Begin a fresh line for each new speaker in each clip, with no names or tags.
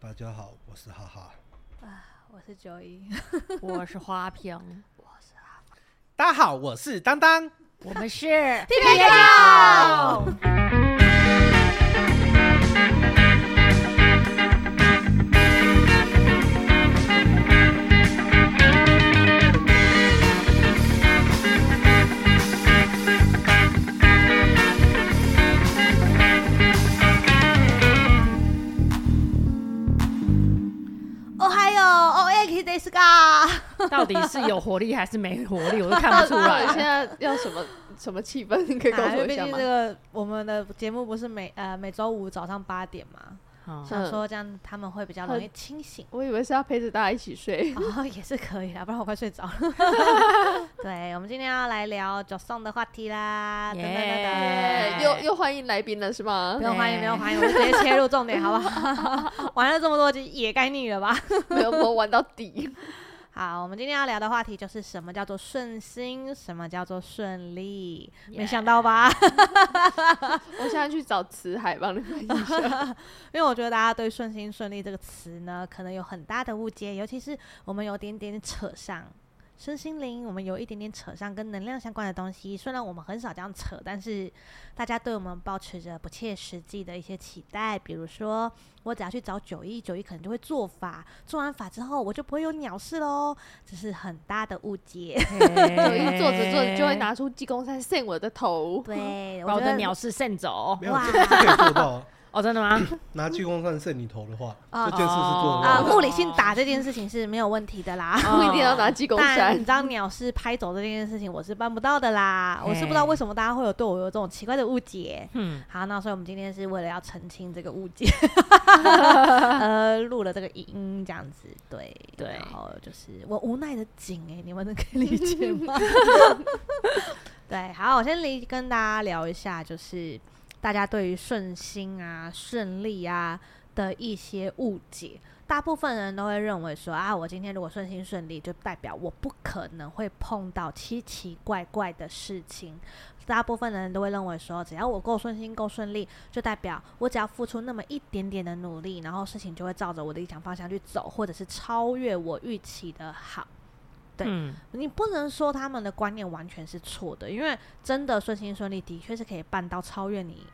大家好，我是哈哈。
我是九一，
我是花瓶，
大家好，我是当当。
我们是
皮皮狗。哦嗨哟，哦哎，可以得是个。
到底是有活力还是没活力，我都看不出
那你现
来。
在哎要什么 什么气氛？你可以告诉
因
我
为
一
哎毕
下
竟
吗
这？个我们的节目不是每呃每周五早上八点嘛，
嗯
想说这样他们会比较容易清醒。
我以为是要陪着大家一起睡。
哦，也是可以啦，不然我快睡着了。 对，我们今天要来聊脚送的话题啦，等等等
耶
等，
哎又又欢迎来宾了是吗
不？用欢迎，不用欢迎，我们直接切入重点好不好？ 玩了这么多集，也该腻了吧？
没有，我们玩到 底。
好，我们今天要聊的话题就是什么叫做顺心，什么叫做顺利
Yeah
没想到吧？
我现在去找辞海帮你翻译一下。
因为我觉得大家对顺心顺利这个词呢，可能有很大的误解，尤其是我们有点点扯上。身心灵，我们有一点点扯上跟能量相关的东西。虽然我们很少这样扯，但是大家对我们保持着不切实际的一些期待。比如说，我只要去找九一，九一可能就会做法，做完法之后我就不会有鸟事喽。这是很大的误解。
就一坐着坐着就会拿出济公扇扇我的头。
对，
把
我
我
觉
的
得
鸟事扇走
没有，
哇
这这可以做到。
哦，真的吗？
拿聚光散射你头的话，
哦
这件事是做得
啊，
到的。
物理性打这件事情是没有问题的啦。
不 一定要拿济公
但你
扇
知，道鸟是拍走的这件事情，我是办不到的啦。我是不知道为什么大家会有对我有这种奇怪的误解。
嗯，
好，那所以我们今天是为了要澄清这个误 解，呃，录了这个音这样子，对
对
然后就是我无奈的紧哎、你们能可以理 解吗？ 对，好，我先理跟大家聊一下，就是大家对于顺心啊、顺利啊的一些误解。大部分人都会认为说啊，我今天如果顺心顺利，就代表我不可能会碰到奇奇怪怪的事情。大部分人都会认为说，只要我够顺心、够顺利，就代表我只要付出那么一点点的努力，然后事情就会照着我的理想方向去走，或者是超越我预期的好。对
嗯
你不能说他们的观念完全是错的，因为真的顺心顺利的确是可以办到超越你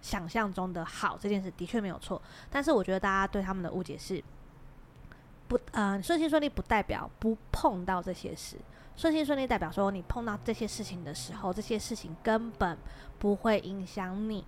想象中的好，这件事的确没有错。但是我觉得大家对他们的误解是，不，呃，顺心顺利不代表不碰到这些事，顺心顺利代表说你碰到这些事情的时候，这些事情根本不会影响你。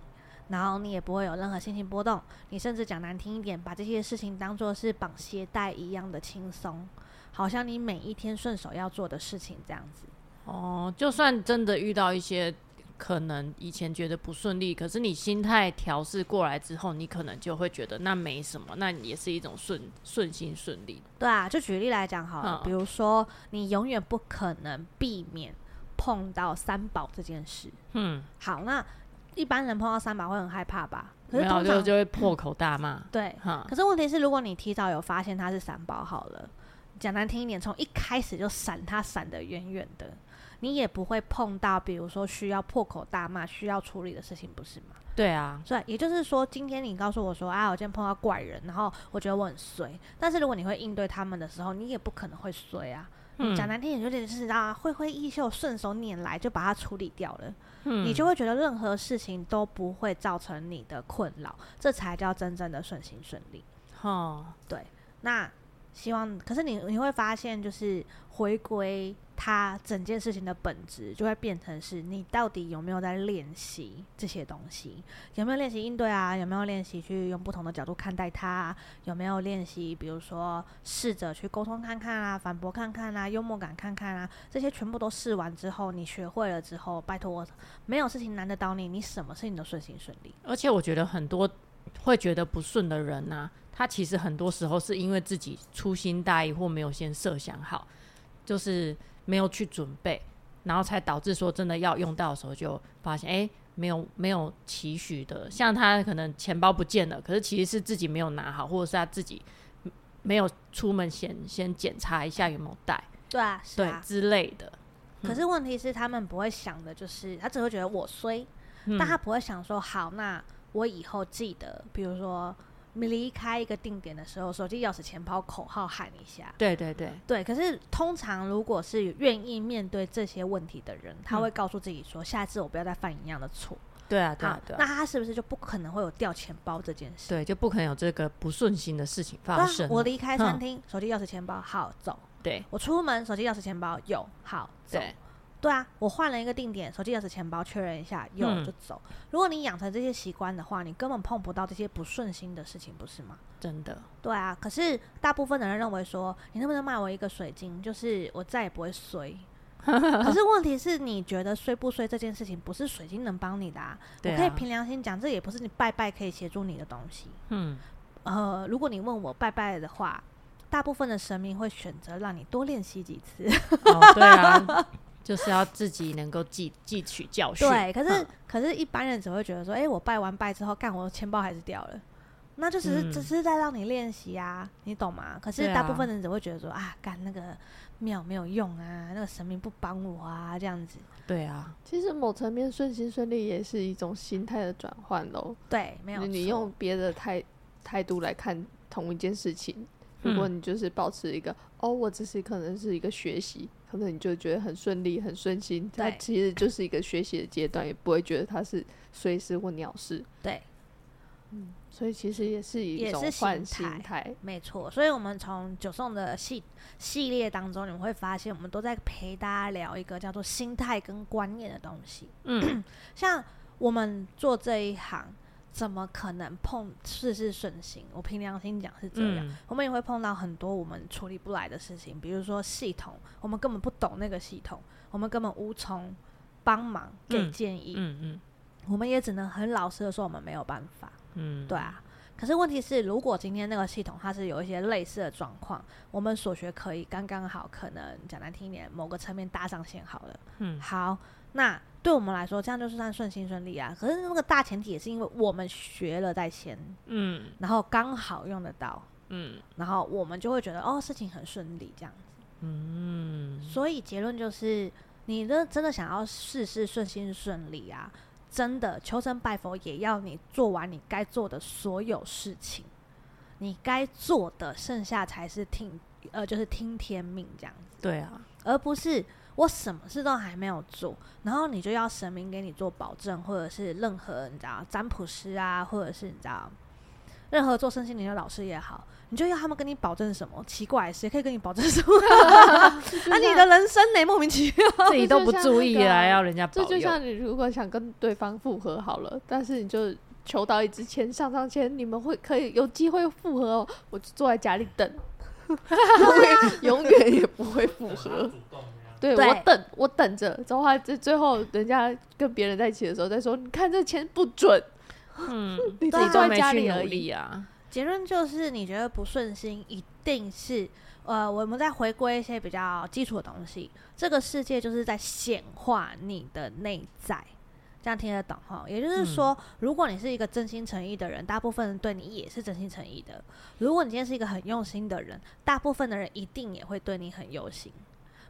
然后你也不会有任何心情波动，你甚至讲难听一点，把这些事情当做是绑鞋带一样的轻松。好像你每一天顺手要做的事情这样子。
哦，就算真的遇到一些可能以前觉得不顺利，可是你心态调试过来之后，你可能就会觉得那没什么，那也是一种顺顺心顺利。
对啊，就举例来讲好了，
嗯
比如说你永远不可能避免碰到三宝这件事。
嗯，
好，那一般人碰到三宝会很害怕吧？可是
然后
通
就
常
就啊会破口大骂。
对，
哈，
可是问题是，如果你提早有发现它是闪宝好了，讲难听一点，从一开始就闪它闪得远远的，你也不会碰到，比如说需要破口大骂、需要处理的事情，不是吗？
对啊，
所以也就是说，今天你告诉我说啊，我今天碰到怪人，然后我觉得我很衰。但是如果你会应对他们的时候，你也不可能会衰啊。
嗯
讲难听点，有点是啊，挥挥衣袖，顺手拈来就把它处理掉了。
嗯
你就会觉得任何事情都不会造成你的困扰，这才叫真正的顺心顺利。
哦，
那希望，可是你你会发现，就是回归它整件事情的本质，就会变成是你到底有没有在练习这些东西，有没有练习应对啊，有没有练习去用不同的角度看待它、啊，有没有练习，比如说试着去沟通看看啊，反驳看看啊，幽默感看看啊，这些全部都试完之后，你学会了之后，拜托，没有事情难得到你，你什么事情都顺心顺利。
而且我觉得很多会觉得不顺的人呐、他其实很多时候是因为自己粗心大意或没有先设想好，就是没有去准备，然后才导致说真的要用到的时候就发现，哎、没有没有期许的，像他可能钱包不见了，可是其实是自己没有拿好，或者是他自己没有出门前先检查一下有没有带，
对啊，是
对、
啊。嗯
之类的。
可是问题是，他们不会想的，就是他只会觉得我衰，
嗯
但他不会想说，好，那我以后记得，比如说离开一个定点的时候，手机、钥匙、钱包口号喊一下。
对对对，
对，啊可是通常如果是愿意面对这些问题的人，
嗯
他会告诉自己说，下次我不要再犯一样的错。
对啊，对
好
啊，对
那
啊，
他是不是就不可能会有掉钱包这件事？
对，就不可能有这个不顺心的事情发
啊
生。
我离开餐
嗯
厅，手机、钥匙、钱包，好走。
对
我出门，手机、钥匙、钱包有，好走。
对
对啊，我换了一个定点，手机、钥匙、钱包确认一下，有
嗯
就走。如果你养成这些习惯的话，你根本碰不到这些不顺心的事情，不是吗？
真的，
对啊，可是大部分的人认为说，你能不能卖我一个水晶，就是我再也不会 衰。可是问题是，你觉得衰不衰这件事情，不是水晶能帮你的、啊。
对
我可以
啊
凭良心讲，这也不是你拜拜可以协助你的东西。
嗯，
呃，如果你问我拜拜的话，大部分的神明会选择让你多练习几次。
哦，对啊， 就是要自己能够汲汲取教训。
对，可是、
嗯
可是一般人只会觉得说，哎、我拜完拜之后，干我钱包还是掉了，那就只是、只
嗯
是在让你练习啊，你懂吗？可是
对
大部
啊
分人只会觉得说，啊，干、那个庙没有用啊，那个神明不帮我啊，这样子。
对啊，
其实某层面顺心顺利也是一种心态的转换喽。
对，没有
就你
错
用别的态态度来看同一件事情，如果
嗯
你就是保持一个、哦，我只是可能是一个学习，可能你就觉得很顺利、很顺心，它
对
其实就是一个学习的阶段，也不会觉得它是随时或鸟事。
对，
嗯，所以其实也是一
也
种
是心
换心
态
态。
没错，所以我们从九颂的系系列当中，你们会发现，我们都在陪大家聊一个叫做心态跟观念的东西。
嗯，
像我们做这一行，怎么可能碰事事顺心？我凭良心讲是这样。
嗯
我们也会碰到很多我们处理不来的事情，比如说系统，我们根本不懂那个系统，我们根本无从帮忙给
嗯
建议，
嗯嗯
我们也只能很老实的说我们没有办法，
嗯，
对啊。可是问题是，如果今天那个系统它是有一些类似的状况，我们所学可以刚刚好，可能讲难听一点，某个层面搭上线好了。
嗯
好，那对我们来说，这样就是算顺心顺利啊。可是那个大前提也是因为我们学了在先，
嗯
然后刚好用得到，
嗯
然后我们就会觉得哦，事情很顺利这样子。
嗯，
所以结论就是，你的真的想要事事顺心顺利啊，真的求神拜佛也要你做完你该做的所有事情，你该做的剩下才是听呃就是听天命这样子，
对啊，
而不是。我什么事都还没有做，然后你就要神明给你做保证，或者是任何你知道占卜师啊，或者是你知道任何做身心灵的老师也好，你就要他们跟你保证什么？奇怪，谁可以跟你保证什么？
那
那、啊你的人生呢？莫名其妙。
自己都不注意
这就像那个
啊，
啊
要人家保
这就
佑。
像你如果想跟对方复合好了，但是你就求到一支签上上签，你们会可以有机会复合、哦，我就坐在家里 等， 永远永远也不会复合。对
对
我等我等着，之后他最最后人家跟别人在一起的时候再说，你看这签不准，
嗯，
你
自
对
自己
啊
己都
坐在
没
家
去
里而
努
已。
力啊。
结论就是，你觉得不顺心，一定是呃，我们再回归一些比较基础的东西。这个世界就是在显化你的内在，这样听得懂哈？也就是说，如果你是一个真心诚意的人，大部分人对你也是真心诚意的；如果你今天是一个很用心的人，大部分的人一定也会对你很用心。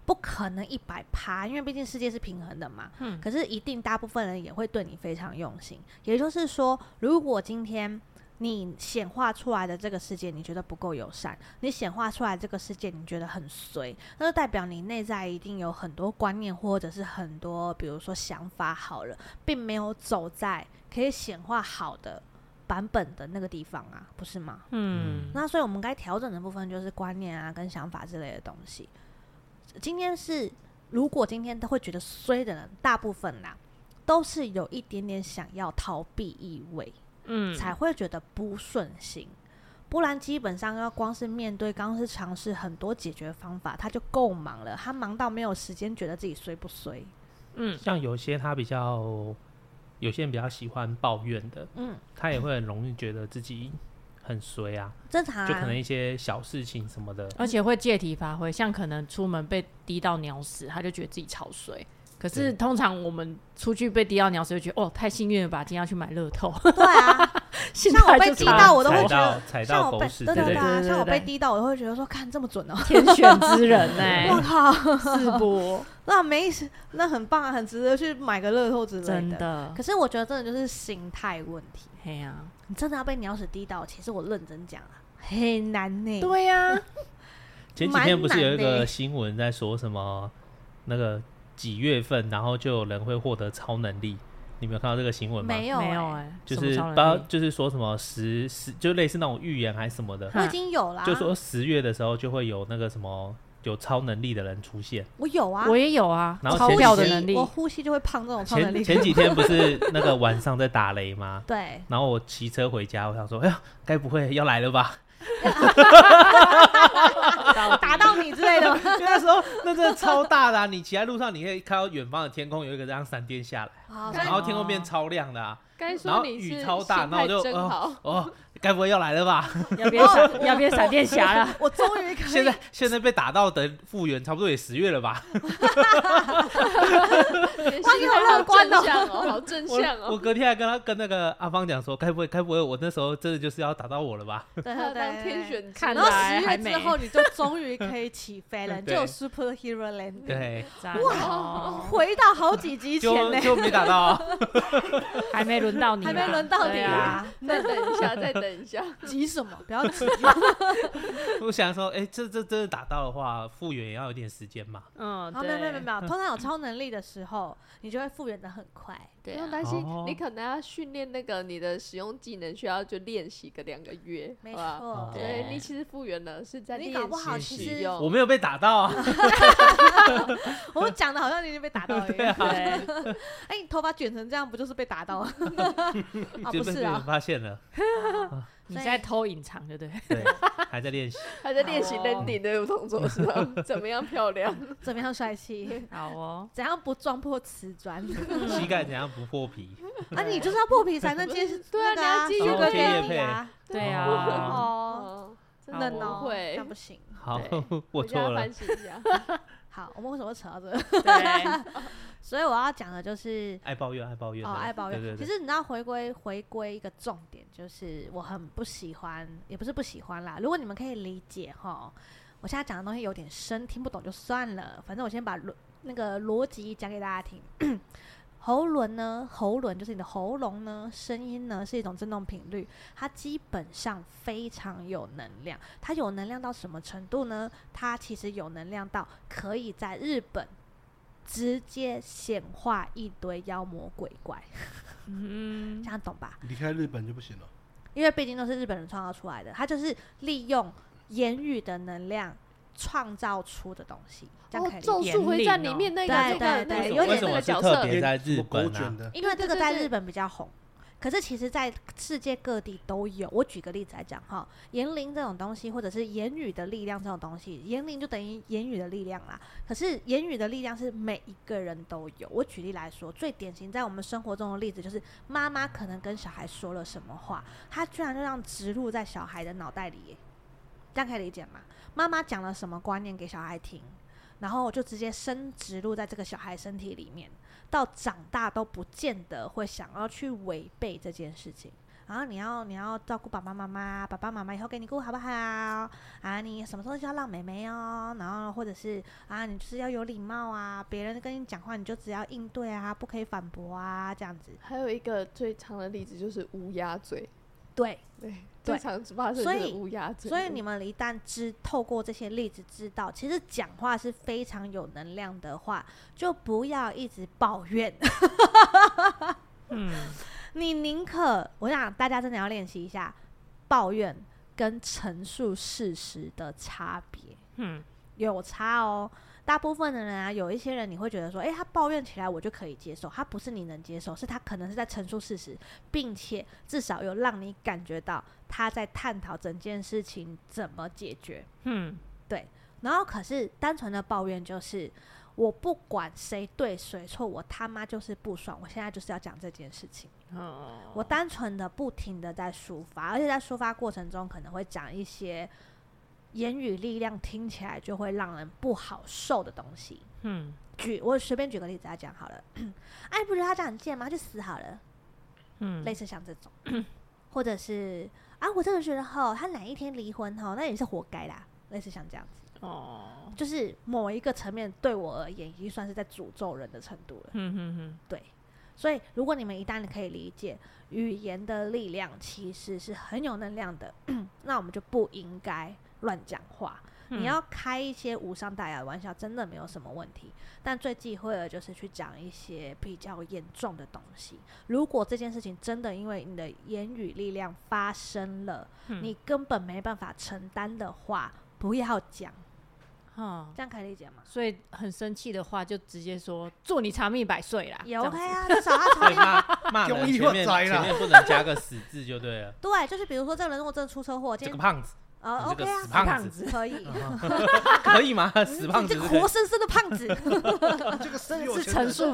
不可能一百趴，因为毕竟世界是平衡的嘛。
嗯
可是一定大部分人也会对你非常用心。也就是说，如果今天你显化出来的这个世界你觉得不够友善，你显化出来这个世界你觉得很衰，那就代表你内在一定有很多观念或者是很多，比如说想法好了，并没有走在可以显化好的版本的那个地方啊，不是吗？
嗯，
那所以我们该调整的部分就是观念啊、跟想法之类的东西。今天是，如果今天他会觉得衰的人，大部分啦、都是有一点点想要逃避意味，
嗯，
才会觉得不顺心。不然基本上要光是面对，光是尝试很多解决方法，他就够忙了。他忙到没有时间觉得自己衰不衰。
嗯
像有些他比较，有些人比较喜欢抱怨的，
嗯，
他也会很容易觉得自己很衰啊，
正常、啊。
就可能一些小事情什么的，
而且会借题发挥，像可能出门被滴到鸟屎，他就觉得自己超水。可是
对
通常我们出去被滴到鸟屎，就觉得哦太幸运了吧，今天要去买乐透。
对啊，
现
像我
在
被
就
击
差
到我都
踩
会觉
到
得，
踩
像
到
我
狗
被
屎之
对
类
对
的，
啊，
对
像我
对
被
对
滴到，我都会觉得说，看这么准哦，
天选之人哎、
我靠，
是不？
那没事，那很棒啊，很值得去买个乐透之类
真
的。
的，
可是我觉得真的就是心态问题，
嘿呀、
你真的要被鸟屎滴到，其实我认真讲啊，很难呢。
对呀、
前几天不是有一
蛮难的欸
个新闻在说什么那个几月份，然后就有人会获得超能力？你没有看到这个新闻吗？
没有
没
欸
有哎、
就
什么
是
超能
包
力
就是说什么十十，就类似那种预言还是什么
欸
的，
我已经有啦，
就说十月的时候就会有那个什么有超能力的人出现。
我有啊，
我也有啊，
然后
超
前
票
几
的能力
我，呼吸就会胖这种超能力？
前。前几天不是那个晚上在打雷吗
对，
然后我骑车回家，我想说，哎呀，该不会要来了吧？
打到你之类 的吗，
因为那时候那真的超大的、啊，你骑在路上，你可以看到远方的天空有一个这样闪电下来，
啊
然后天空变超亮的、啊，
该
然
说
后
你
雨
是
超大
心
那我
态
就
真
呃
好，
哦，该不会要来了吧？
要变闪，要变闪电侠了。
我终于可以
现在现在被打到的复原差不多也十月了吧？
哇
你好乐观哦
哦，好正向
我
哦。
隔天还跟他跟那个阿芳讲说，该不会该不会我那时候真的就是要打到我了吧？
对
他
对
当
对
天
对。
选
然
看
看到
后
来
十
还
月之
没
后，你就终于可以起飞了，你就有
对
superhero landing。
对，
哇，
回到好几集前
就
呢，
就没打到。啊
还没轮到你啦，
还没轮到你
对
啊
啊！！
再等一下，再等一下，
急什么？不要 急，
我想说，哎、这这真的打到的话，复原也要有点时间嘛。
嗯，
啊，没有没有没
对
有没有，通常有超能力的时候，你就会复原的很快。
不
对
用
啊，
担心
哦，
你可能要训练那个你的使用技能，需要就练习个两个月，
没
好吧？
哦
错，
所
对
以你其实复原了，是在
你
练
搞不好
习
其
使
实
用。
我没有被打到啊，
我们讲的好像你已经被打到了一 样。
啊
对，
哎，你头发卷成这样，不就是被打到了？啊，
就
不
被
是
被人
啊，
发现了，
你在偷隐藏，对不对？
对，还在 练习。
还在练习
哦
landing 那个动作是吧？怎么样漂亮？
怎么样帅气？
好哦，
怎样不撞破瓷砖？
膝盖怎样不破皮？
啊，你就是要破皮才能接
对啊
那个
你要继续
收割
跟
给
业
你啊。
对 啊，
哦，
哦，真的
嫩
不
哦，
会
那，不行。
好
对，
我
回家
错了
反。省一下。
好，我们为什么会扯到这个？
对，
所以我要讲的就是
爱抱怨，爱抱怨
哦，
的
爱抱怨。
对
其
对对，
实你知道，回归回归一个重点，就是我很不喜欢，也不是不喜欢啦。如果你们可以理解哈，我现在讲的东西有点深，听不懂就算了。反正我先把逻那个逻辑讲给大家听。 喉轮呢，喉轮就是你的喉咙呢，声音呢是一种振动频率，它基本上非常有能量。它有能量到什么程度呢？它其实有能量到可以在日本直接显化一堆妖魔鬼怪。
嗯
这，样懂吧？
离开日本就不行了。
因为毕竟都是日本人创造出来的，它就是利用言语的能量创造出的东西，这样可以
哦，
理解。
咒术回战里面那个
对
那个
对
那个
对
有
为
点
什
那
么
个
是
角
特
色，
别在日
什么狗
本
卷
啊？
的，
因为这个
对对
在
对
日本比较红，可是其实在世界各地都有。我举个例子来讲哈，言灵这种东西，或者是言语的力量这种东西，言灵就等于言语的力量啦。可是言语的力量是每一个人都有。我举例来说，最典型在我们生活中的例子就是，妈妈可能跟小孩说了什么话，她居然就让植入在小孩的脑袋里耶，这样可以理解吗？妈妈讲了什么观念给小孩听，然后就直接深植入在这个小孩身体里面。到长大都不见得会想要去违背这件事情。然后你要你要照顾爸爸妈妈，爸爸妈妈以后给你顾好不好？啊，你什么东西要让妹妹哦，然后或者是啊，你就是要有礼貌啊，别人跟你讲话你就只要应对啊，不可以反驳啊，这样子。
还有一个最长的例子就是乌鸦嘴，
对，
对，最常发生
所
的
以
就是乌鸦嘴。
所以你们一旦知透过这些例子知道，其实讲话是非常有能量的话，就不要一直抱怨。
嗯，
你宁可，我想大家真的要练习一下抱怨跟陈述事实的差别，
嗯，
有差哦。大部分的人啊，有一些人你会觉得说，诶，他抱怨起来我就可以接受，他不是你能接受，是他可能是在陈述事实，并且至少有让你感觉到他在探讨整件事情怎么解决。
嗯，
然后可是单纯的抱怨就是，我不管谁对谁错，我他妈就是不爽，我现在就是要讲这件事情。
哦，
我单纯的不停的在抒发，而且在抒发过程中可能会讲一些言语力量听起来就会让人不好受的东西。
嗯
举我随便举个例子来讲 好了，哎、你不觉得他这样很贱吗？去死好了，
嗯
类，似像这种，或者是啊，我真的觉得哈，他哪一天离婚哈，那也是活该啦，类似像这样子，
哦，
就是某一个层面对我而言，已经算是在诅咒人的程度了。
嗯哼哼，
对，所以如果你们一旦可以理解语言的力量，其实是很有能量的， 那我们就不应该乱讲话。
嗯
你要开一些无伤大雅的玩笑，真的没有什么问题。但最忌讳的就是去讲一些比较严重的东西。如果这件事情真的因为你的言语力量发生了，
嗯
你根本没办法承担的话，不要讲。
哦，
这样可以理解吗？
所以很生气的话，就直接说祝你长命百岁啦。
有
这样子
OK 啊，至少他
所
从
以
你。
骂 骂人
容易
前面
化灾啦
前面不能加个死字就对了
对，就是比如说这个人如果真的出车祸，今
这
天
个胖子，
呃
你这
OK
个
啊，
死
胖
胖子
子
可 以，
可以吗？死胖
嗯这
子是
个
可以
活生生的胖子，
这个是
真的
有
是
钱人
陈述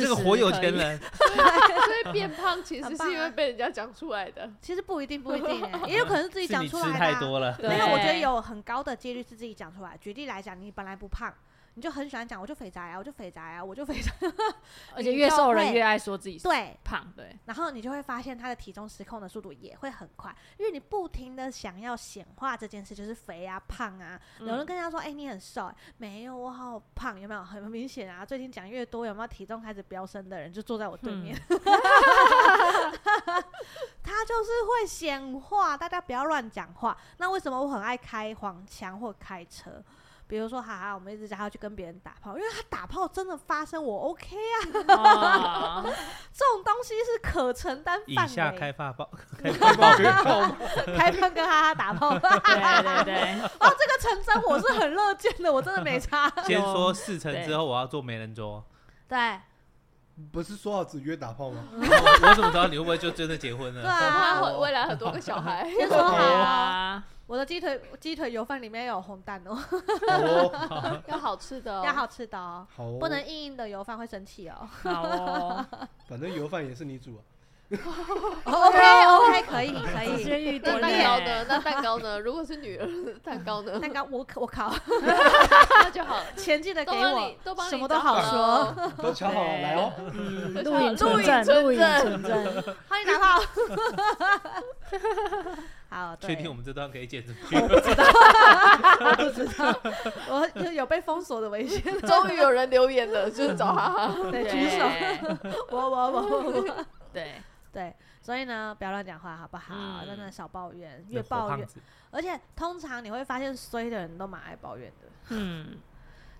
事
这个
实
活有
可
钱
以，
人，
哎所以变胖其实
很棒
是因为
啊
被人家讲出来的。
其实不一定，不一定欸，也有可能是自己
是
讲
你
出
吃
来的
太
啊。
多了。
对
没有，我觉得有很高的几率是自己讲出来。举例来讲，你本来不胖，你就很喜欢讲我就肥宅啊，我就肥宅啊，我就肥宅，
而且
你
越
就
瘦人
会
越爱说自己
对。
胖，对，
然后你就会发现他的体重失控的速度也会很快，因为你不停的想要显化这件事，就是肥啊、胖啊。有
嗯
人跟他说：“哎、你很瘦、哎没有，我好胖，有没有？很明显啊，最近讲越多，有没有体重开始飙升的人就坐在我对面，
嗯
他就是会显化。大家不要乱讲话。那为什么我很爱开黄腔或开车？比如说，哈哈，我们一直叫他去跟别人打炮，因为他打炮真的发生，我 OK 啊，
哦
这种东西是可承担
以
范围。
下开发 报，
开喷跟哈哈打炮。 哦，
对对 对，
这个成真我是很乐见的，我真的没差。
先说事成之后我要做媒人桌，
对
不是说好只约打炮 吗？
我怎么知道你会不会就真的结婚
对
了？
他
啊，，
会未来很多个小孩
先
哦
说好啊，
哇，
我的鸡腿鸡腿油饭里面有红蛋哦，
哦，
要好吃的哦，
要好吃的哦，
好哦，
不能硬硬的油饭会生气哦。
好哦，
反正油饭也是你煮啊。
哦 OK OK，可 以可
直
以。
接 预定
那蛋糕呢？
耶，
那蛋糕呢？如果是女儿，蛋糕呢？
蛋糕我可我靠，
那就好了。
钱记得给
都帮
我
你，都帮，你
什么都好说。
说。
都瞧好了，来哦。
嗯
对
录影
录
存
影
证，
存
录影
证
存证，
欢迎打 炮。好，对哦
确定我们这段可以剪出 去？
我不知道，我就有被封锁的危 险。
终于有人留言了，就是找哈哈。
对， 举手。我我我我我。
对，
对，所以呢，不要乱讲话，好不好？
嗯
真的少抱怨，
这
越
活
抱
胖
怨，
子
而且通常你会发现衰的人都蛮爱抱怨的。
嗯，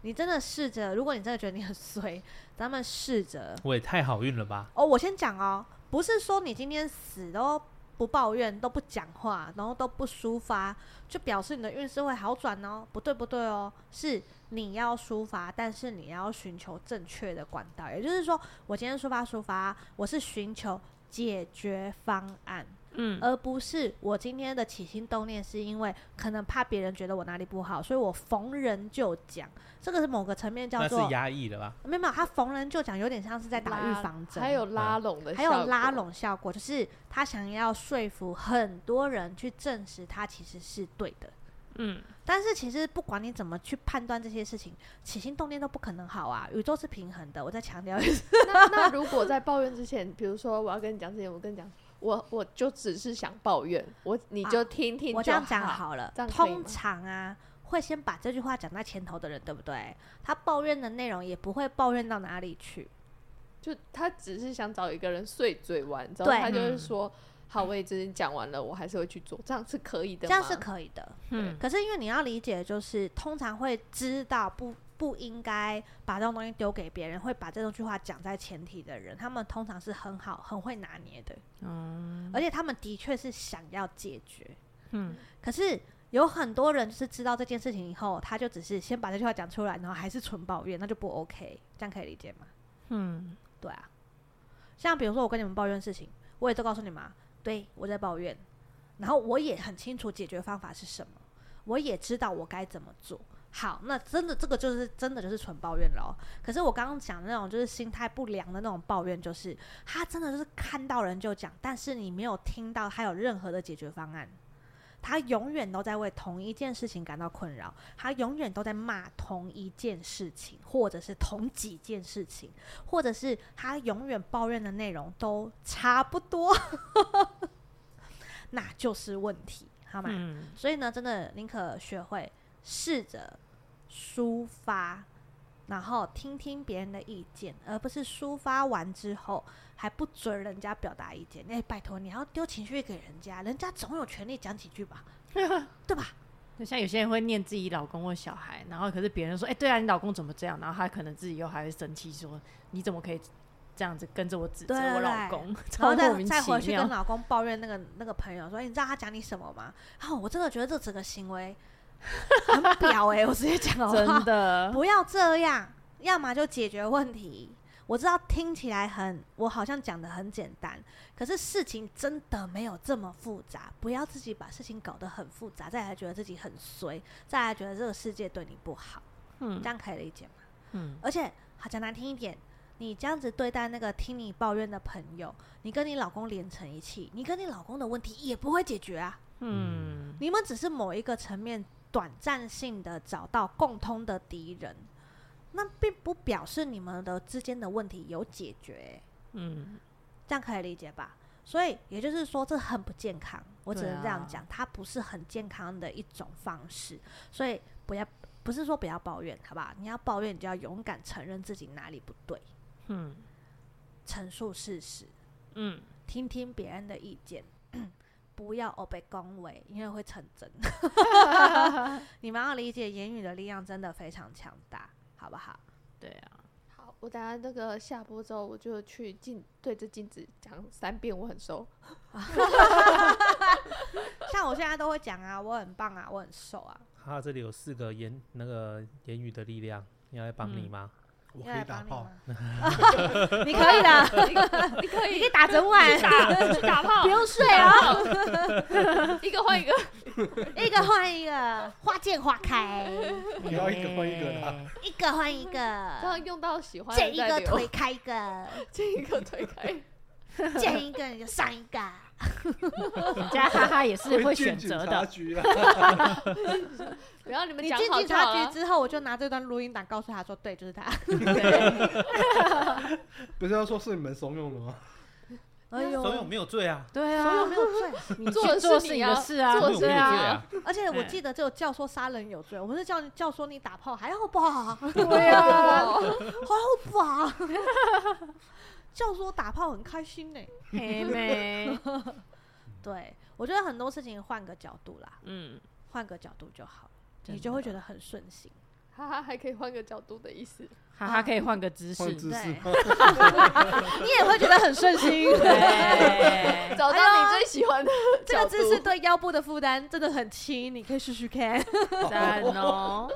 你真的试着，如果你真的觉得你很衰，咱们试着
我也太好运了吧！
哦。我先讲哦，不是说你今天死都不抱怨、都不讲话，然后都不抒发，就表示你的运势会好转哦。不对，不对哦，是你要抒发，但是你要寻求正确的管道。也就是说，我今天抒发抒发，我是寻求解决方案。
嗯，
而不是我今天的起心动念是因为可能怕别人觉得我哪里不好，所以我逢人就讲。这个是某个层面叫
那是
做
压抑了吧？
没有没有，他逢人就讲，有点像是 在打预防针，
还有拉拢的，
还有拉。拢效果，就是他想要说服很多人去证实他其实是对的。
嗯，
但是其实不管你怎么去判断这些事情，起心动念都不可能好啊。宇宙是平衡的，我再强调一次。
那那如果在抱怨之前，比如说我要跟你讲之前，我跟你讲，我我就只是想抱怨，我你就听听
我这
就
样讲。好了
这，样可以
通
吗
常啊会先把这句话讲在前头的人，对不对？他抱怨的内容也不会抱怨到哪里去。
就他只是想找一个人碎嘴完之后，
对
他就
嗯
是说。好，我已经讲完了，我还是会去做，这样是可以的
这
吗。
样是可以的。
嗯
可是因为你要理解，就是通常会知道不不应该把这种东西丢给别人，会把这种句话讲在前提的人，他们通常是很好、很会拿捏的，
嗯
而且他们的确是想要解决。
嗯，
可是有很多人就是知道这件事情以后，他就只是先把这句话讲出来，然后还是纯抱怨，那就不 OK。这样可以理解吗？
嗯，
对啊，像比如说我跟你们抱怨事情，我也都告诉你们、啊，对我在抱怨，然后我也很清楚解决方法是什么，我也知道我该怎么做。好，那真的这个就是真的就是纯抱怨了哦。可是我刚刚讲的那种就是心态不良的那种抱怨，就是他真的就是看到人就讲，但是你没有听到他有任何的解决方案。他永远都在为同一件事情感到困扰，他永远都在骂同一件事情，或者是同几件事情，或者是他永远抱怨的内容都差不多。 那就是问题，好吗？
嗯，
所以呢，真的宁可学会试着抒发，然后听听别人的意见，而不是抒发完之后还不准人家表达意见。哎、拜托，你要丢情绪给人家，人家总有权利讲几句吧，对吧？
就像有些人会念自己老公或小孩，然后可是别人说，哎、对啊，你老公怎么这样？然后他可能自己又还会生气，说你怎么可以这样子跟着我指责
对对
我老
对
公？
然
超
后
莫
再
名
再回
其
去跟
妙。
老公抱怨那个那个朋友说：“哎你知道他讲你什么吗？”啊，我真的觉得这整个行为很婊哎、我直接讲好不好
真？的，
不要这样，要么就解决问题。我知道听起来很，我好像讲的很简单，可是事情真的没有这么复杂。不要自己把事情搞得很复杂，再来觉得自己很衰，再来觉得这个世界对你不好，
嗯
这样可以理解吗？
嗯，
而且好讲难听一点，你这样子对待那个听你抱怨的朋友，你跟你老公连成一气，你跟你老公的问题也不会解决啊。
嗯，
你们只是某一个层面短暂性的找到共通的敌人，那并不表示你们的之间的问题有解决欸、
嗯，
这样可以理解吧？所以也就是说，这很不健康，我只
对
能这样
啊
讲，它不是很健康的一种方式。所以不要，不是说不要抱怨，好不好？你要抱怨，你就要勇敢承认自己哪里不对，
嗯，
陈述事实，
嗯，
听听别人的意见， 不要哦被恭维，因为会成真。 你们要理解，言语的力量真的非常强大，好不好？
对啊，
好，我等下那个下播之后，我就去镜对着镜子讲三遍，我很熟。
像我现在都会讲啊，我很棒啊，我很瘦啊，
他这里有四个言那个言语的力量，你要来帮你
嗯
吗？
我
要
可以
来
打
帮你
炮
吗。？ 你可以的，
你可
你
以
可以打整晚，
去打炮
不，用睡啊，
一个换一个。
一个换一个，花见花开，
你 要一个换一个的啊，
哎
一个换一
这样
个，
用到喜欢
见
的
一
再
个
留
推，开一个，
这一个 推开。
见一个你就上一个。
人家哈哈也是会选
进
择
警
的
察，局啦。
不要你 们
你
讲
进
好啊
警
就
察
好
局
了。
之后，我就拿这段录音档告诉他说，对，就是他。
不是要说是你们怂恿的吗？
哎呦，
总有没有罪啊？
对
怂恿
啊，
没有罪。
你
做的
去做
事
是
你
你的
要
事啊，
做的事
对
你要
啊，
做
而且我
哎
记得只有教唆杀人有罪，我们是教教唆你打炮，还好吧？
对啊，
还好吧？ 教唆打炮很开心呢、
黑妹，
对，我觉得很多事情换个角度啦，
嗯，
换个角度就好，
真
你就会
的
觉得很顺心。
哈哈，还可以换个角度的意思。
哈哈，可以换个姿
换
势，
姿势
对， 你也会觉得很顺 心。
对，
找到你最喜欢的
哎这个
角
姿势
度。
对腰部的负担真的很轻，你可以试试 看，
赞哦，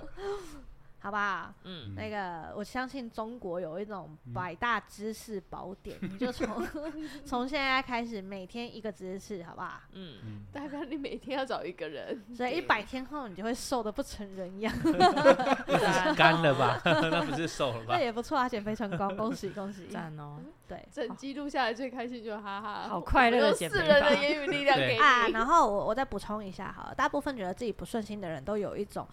好不好？
嗯，
那个，我相信中国有一种
嗯
百大知识宝典，你就从 从现在开始，每天一个姿势，好不好？
嗯，
嗯
代表你每天要找一个人，
所以一百天后，你就会瘦的不成人样。
赞
干
哦
了吧？ 那不是瘦了
那
吧？
也不错啊，减肥成功，恭喜恭喜！
赞哦，
对
整记录下来最开心就是哈哈，
好快乐的
我用
减
四
肥
人
法
的言语力量给
对
你。
啊，然后我我再补充一下好了，大部分觉得自己不顺心的人都有一种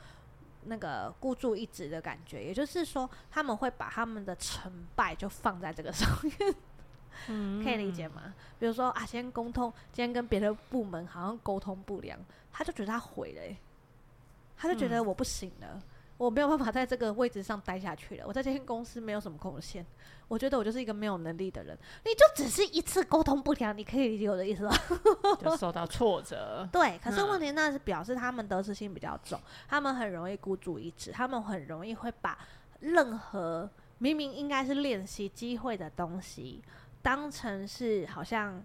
那个孤注一掷的感觉，也就是说他们会把他们的成败就放在这个上面，
嗯
可以理解？吗？比如说啊，今天沟通，今天跟别的部门好像沟通不良，他就觉得他毁了欸、他就觉得我不行了。我没有办法在这个位置上待下去了，我在这间公司没有什么贡献，我觉得我就是一个没有能力的人。你就只是一次沟通不良，你可以理解我的意思吗？
就受到挫折，
对，可是
嗯
问题那是表示他们得失心比较重，他们很容易孤注一掷，他们很容易会把任何明明应该是练习机会的东西，当成是好像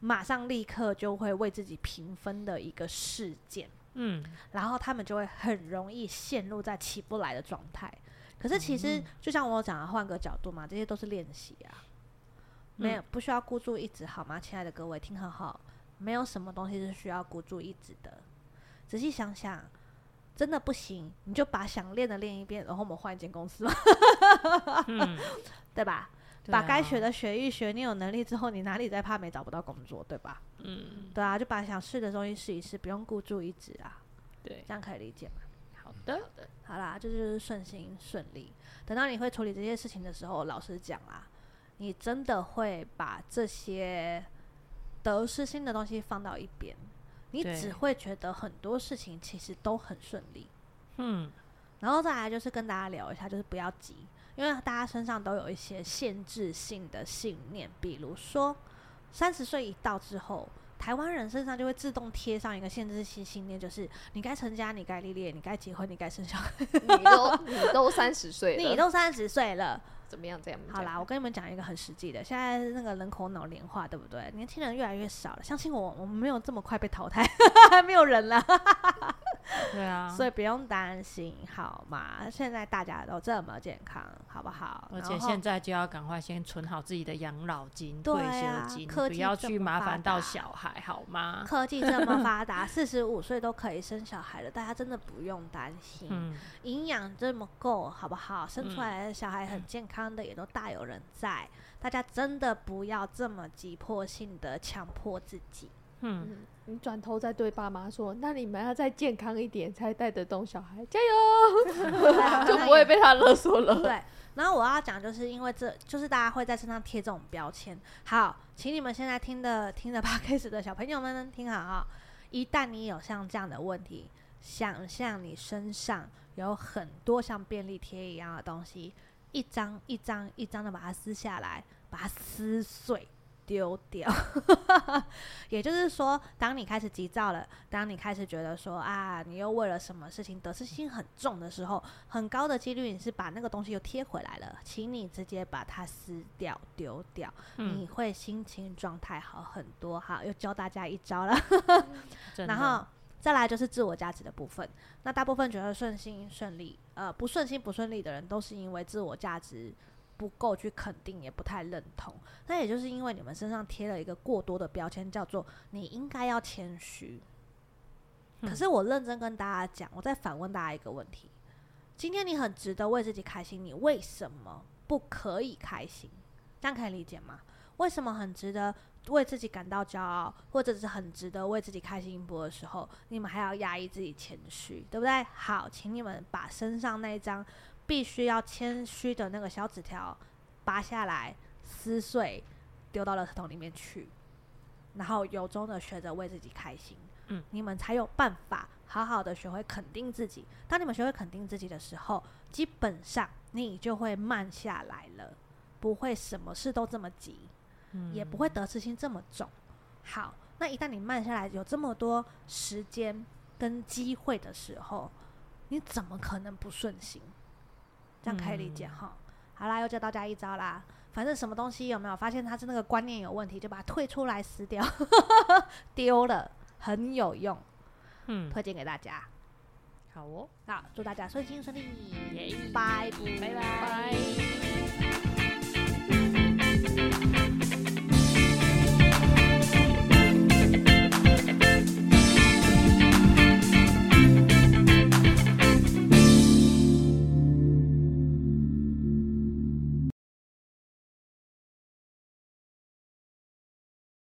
马上立刻就会为自己评分的一个事件，
嗯，
然后他们就会很容易陷入在起不来的状态。可是其
嗯
实就像我有讲的，换个角度嘛，这些都是练习啊。没
嗯
有不需要孤注一掷，好吗，亲爱的各位，听好好，没有什么东西是需要孤注一掷的。仔细想想，真的不行，你就把想练的练一遍，然后我们换一间公司吧，
嗯，
对吧？
对
把
啊
该学，的学一学，你有能力之后，你哪里再怕没找不到工作，对吧？
嗯，
对啊，就把想试的东西试一试，不用孤注一掷啊，
对，
这样可以理解吗？
好的，
好啦，这就是顺心顺利。等到你会处理这些事情的时候，老实讲啦，你真的会把这些得失心的东西放到一边，你
对
只会觉得很多事情其实都很顺利。
嗯，
然后再来就是跟大家聊一下，就是不要急，因为大家身上都有一些限制性的信念，比如说三十岁一到之后，台湾人身上就会自动贴上一个限制性信念，就是你该成家，你该立业，你该结婚，你该生小孩，
你都 你都三十岁了，
你都三十岁了。
怎么样？这样
好啦，，我跟你们讲一个很实际的，现在那个人口老龄化，对不对？年轻人越来越少了，相信我，我们没有这么快被 淘汰，没有人了。
对啊，
所以不用担心，好吗？现在大家都这么健康，好不好？
而
然
且
后
现在就要赶快先存好自己的养老金、
对
退
啊
休金，
科
不
技
要
这
去
么
麻
发
烦到
达
小孩，好吗？
科技这么发 达，四十五岁都可以生小孩了，大家真的不用担心。
嗯，
营养这么够，好不好？生出
嗯
来的小孩很健康的，也都大有人在。大家真的不要这么急迫性的强迫自己。
嗯，
嗯，你转头再对爸妈说，那你们要再健康一点，才带得动小孩，加
对啊
油，就不会被他勒索了。
对，啊然后我要讲，就是因为这就是大家会在身上贴这种标签。好，请你们现在听的听的 p o d c a s 的小朋友们听好啊、一旦你有像这样的问题，想象你身上有很多像便利贴一样的东西，一张一张一张的把它撕下来，把它撕碎。丢掉， 也就是说，当你开始急躁了，当你开始觉得说啊，你又为了什么事情得失心很重的时候，很高的几率你是把那个东西又贴回来了，请你直接把它撕掉丢掉，
嗯
你会心情状态好很多。好，又教大家一招了。
真
然
的
后再来就是自我价值的部分。那大部分觉得顺心顺利，呃，不顺心不顺利的人，都是因为自我价值不够去肯定，也不太认同。那也就是因为你们身上贴了一个过多的标签，叫做你应该要谦虚。
嗯
可是我认真跟大家讲，我再反问大家一个问题：今天你很值得为自己开心，你为什么不可以开心？这样可以理解吗？为什么很值得为自己感到骄傲，或者是很值得为自己开心一波的时候，你们还要压抑自己谦虚，对不对？好，请你们把身上那一张必须要谦虚的那个小纸条拔下来，撕碎，丢到垃圾桶里面去，然后由衷的学着为自己开心。
嗯，
你们才有办法好好的学会肯定自己。当你们学会肯定自己的时候，基本上你就会慢下来了，不会什么事都这么急。
嗯
也不会得失心这么重。好，那一旦你慢下来，有这么多时间跟机会的时候，你怎么可能不顺心？这样可以理解哈、好啦，又教大家一招啦。反正什么东西有没有发现它是那个观念有问题，就把它退出来撕掉， 丢了很有用，
嗯，
推荐给大家。
好哦，
好，祝大家顺心顺利，
耶
拜拜
拜拜。
拜。